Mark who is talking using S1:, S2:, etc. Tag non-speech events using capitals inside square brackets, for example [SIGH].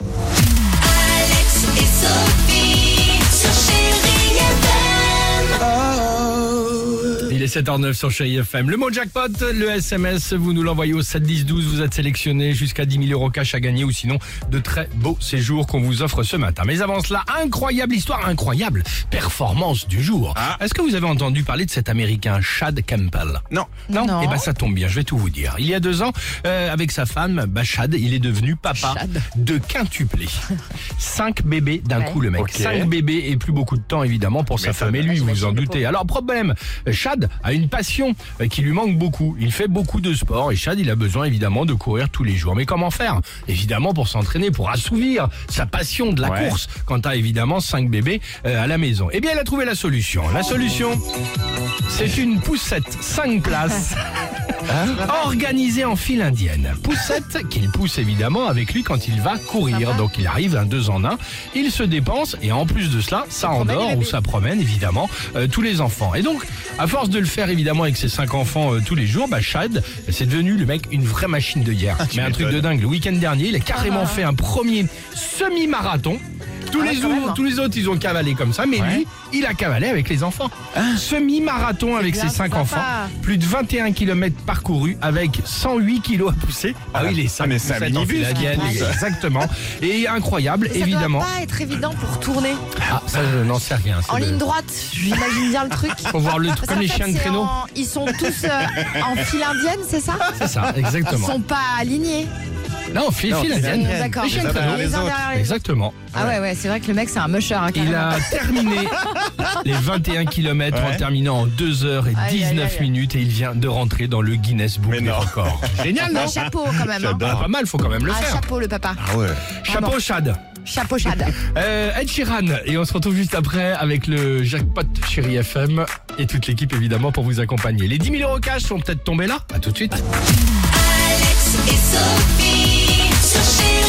S1: Alex et Sophie sur Chérie FM.
S2: Il est 7h09 sur Chéri FM. Le mot jackpot, le SMS, vous nous l'envoyez au 7 10 12. Vous êtes sélectionné jusqu'à 10 000 euros cash à gagner ou sinon de très beaux séjours qu'on vous offre ce matin. Mais avant cela, incroyable histoire, incroyable performance du jour.
S3: Ah.
S2: Est-ce que vous avez entendu parler de cet Américain Chad Campbell
S3: Non.
S2: Non,
S4: Non.
S2: Eh ben ça tombe bien, je vais tout vous dire. Il y a deux ans, euh, avec sa femme, bah, Chad, il est devenu papa
S4: Chad.
S2: de quintuplé. Cinq bébés d'un
S4: Ouais.
S2: coup le mec. Cinq bébés et plus beaucoup de temps évidemment pour sa femme et lui, vous vous en doutez. Alors problème, Chad a une passion euh, qui lui manque beaucoup. Il fait beaucoup de sport et Chad il a besoin évidemment de courir tous les jours. Mais comment faire Évidemment pour s'entraîner, pour assouvir sa passion de la course quand t'as évidemment cinq bébés euh, à la maison. Eh bien elle a trouvé la solution. La solution, c'est une poussette 5 places. Organisée Hein en file indienne. Poussette qu'il pousse évidemment avec lui quand il va courir. Donc il arrive un deux en un. Il se dépense et en plus de cela, ça endort ou ça promène évidemment euh, tous les enfants. Et donc, à force de le faire évidemment avec ses cinq enfants euh, tous les jours, bah Chad, c'est devenu le mec une vraie machine de guerre. Mais un truc de dingue. Le week-end dernier, il a carrément fait un premier semi-marathon. Tous, les autres, tous les autres, ils ont cavalé comme ça, mais lui, il a cavalé avec les enfants. Semi-marathon avec ses cinq enfants. Plus de 21 km parcourus avec 108 kilos à pousser. Ah oui, les cinq
S3: mais c'est un
S2: poussettes en
S3: minibus,
S2: Philadelphie, Exactement. Et incroyable,
S5: Ça
S2: évidemment.
S5: doit pas être évident pour tourner
S2: Ah, ça, je n'en sais rien. c'est
S5: en
S2: de-
S5: ligne droite. J'imagine bien ben. le truc. [LAUGHS]
S2: Faut voir le truc
S5: Parce
S2: comme les
S5: qu'en fait,
S2: chiens de
S5: c'est
S2: créneau.
S5: en- Ils sont tous euh, en file indienne, c'est ça
S2: C'est ça,
S5: Ils
S2: exactement.
S5: sont pas alignés.
S2: Non, file, file indienne.
S5: D'accord.
S2: Les chiens de créneau.
S5: Les uns derrière les autres.
S2: Exactement.
S5: Ah ouais, ouais, c'est vrai que le mec, c'est un musher. hein,
S2: Il
S5: carrément. [LAUGHS]
S2: a terminé les 21 km en terminant en 2h19
S5: Aïe, aïe, aïe.
S2: minutes et il vient de rentrer dans le Guinness Book
S3: Mais
S2: des [LAUGHS]
S3: non.
S2: records. Génial, non
S5: Un chapeau quand même. hein.
S2: Ah, Pas mal, faut quand même le
S5: Un
S2: faire.
S5: chapeau, le papa.
S2: Chapeau, Chad.
S5: Chapeau Chad.
S2: Euh, Ed Sheeran, et on se retrouve juste après avec le jackpot Chéri FM et toute l'équipe évidemment pour vous accompagner. Les 10 000 euros cash sont peut-être tombés là. À tout de suite.
S1: Alex et Sophie sur Chérie